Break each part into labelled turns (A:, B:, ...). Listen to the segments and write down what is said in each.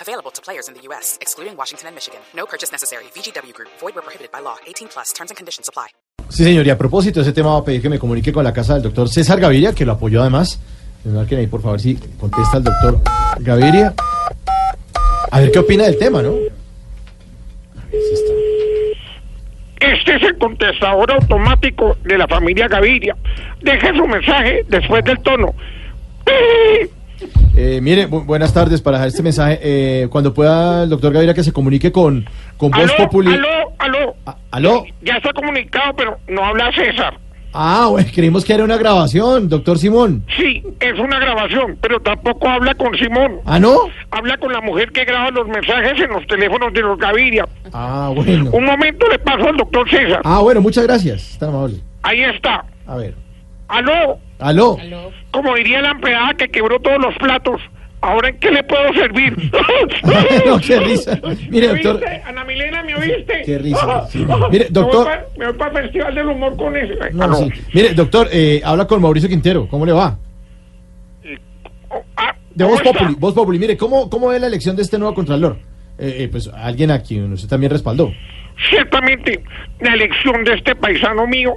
A: Available to players in the U.S., excluding Washington and Michigan. No purchase necessary. VGW Group, void were prohibited by law. 18 plus terms and conditions apply.
B: Sí, señor, y a propósito, ese tema va a pedir que me comunique con la casa del doctor César Gaviria, que lo apoyó además. Me marquen ahí, por favor, si contesta el doctor Gaviria. A ver qué opina del tema, ¿no? A ver si está.
C: Este es el contestador automático de la familia Gaviria. Deje su mensaje después del tono.
B: Eh, mire, bu- buenas tardes para dejar este mensaje. eh, cuando pueda el doctor Gaviria que se comunique con, con Voz
C: Aló,
B: Populi.
C: aló, aló.
B: A- ¿Aló?
C: Ya está comunicado, pero no habla César.
B: Ah, bueno, creímos que era una grabación, doctor Simón.
C: Sí, es una grabación, pero tampoco habla con Simón.
B: ¿Ah, no?
C: Habla con la mujer que graba los mensajes en los teléfonos de los Gaviria.
B: Ah, bueno.
C: Un momento le paso al doctor César.
B: Ah, bueno, muchas gracias. Tan amable.
C: Ahí está.
B: A ver.
C: Aló.
B: ¿Aló?
C: Como diría la empleada que quebró todos los platos. Ahora, ¿en qué le puedo servir?
B: No, qué risa. Mire,
C: ¿Me
B: doctor.
C: oíste? Ana Milena, ¿me oíste?
B: Qué risa. Sí. Mire, doctor-
C: Me voy, para, el Festival del Humor con ese. Ay,
B: No,
C: ah, no.
B: sí. Mire, doctor, eh, habla con Mauricio Quintero. ¿Cómo le va?
C: Oh, ah,
B: De
C: ¿cómo
B: Voz
C: está?
B: Populi. Voz Populi. Mire, ¿cómo, ¿cómo ve la elección de este nuevo Contralor? Eh, eh, pues alguien a quien usted también respaldó.
C: Ciertamente, la elección de este paisano mío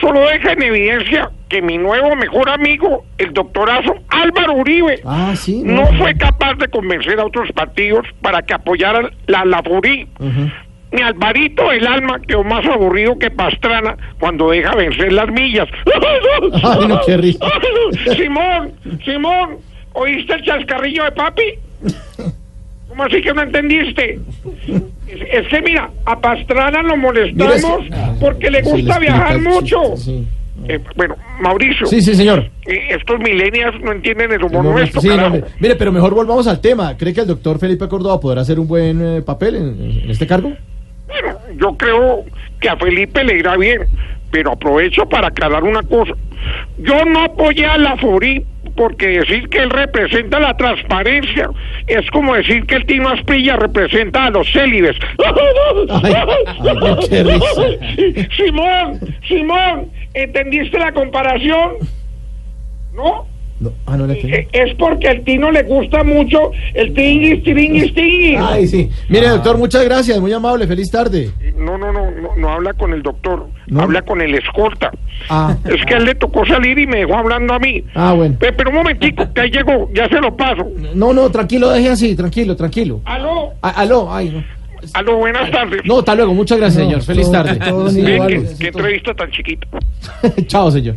C: solo deja en evidencia que mi nuevo mejor amigo, el doctorazo Álvaro Uribe,
B: Ah, sí.
C: no fue capaz de convencer a otros partidos para que apoyaran la Laborí.
B: Ujú.
C: Ni Alvarito el alma quedó más aburrido que Pastrana cuando deja vencer las millas.
B: Ay, no, qué risa.
C: Simón, Simón, ¿oíste el chascarrillo de papi? ¿Cómo así que no entendiste? Es, es que mira, a Pastrana lo
B: Mire, sí. Ah,
C: molestamos porque le
B: Sí,
C: gusta
B: explica,
C: viajar
B: sí,
C: mucho.
B: Sí,
C: Eh, bueno, Mauricio,
B: sí, sí, señor.
C: eh, estos millennials no entienden el humor
B: No, no,
C: nuestro,
B: sí, no,
C: carajo.
B: mire, mire, pero mejor volvamos al tema. ¿Cree que el doctor Felipe Córdoba podrá hacer un buen eh, papel en, en este cargo?
C: Bueno, yo creo que a Felipe le irá bien, pero aprovecho para aclarar una cosa. Yo no apoyé a la FORI porque decir que él representa la transparencia es como decir que el Tino Asprilla representa a los célibes.
B: Ay, ay, no, qué risa.
C: Simón, Simón, ¿entendiste la comparación? ¿No?
B: No. Ah, no le
C: Eh,
B: entiendo.
C: Es porque al Tino le gusta mucho el tinguis, tinguis, tinguis.
B: Ay, sí. Mire,
C: Ah.
B: doctor, muchas gracias. Muy amable. Feliz tarde.
C: No, no, no, no, no habla con el doctor,
B: No.
C: habla con el escolta.
B: Ah,
C: Es que a él le tocó salir y me dejó hablando a mí.
B: ah bueno.
C: Pe- Pero un momentico, que ahí llegó, ya se lo paso.
B: No, no, tranquilo, deje así, tranquilo, tranquilo.
C: Aló,
B: Ah, aló, ay, no.
C: aló, buenas tardes.
B: No, hasta luego. Muchas gracias, señor. Feliz
D: todo-
B: tarde.
D: todos
B: Sí,
C: Ven,
D: iguales.
B: vale.
C: qué, qué entrevista tan chiquita.
B: Chao, señor.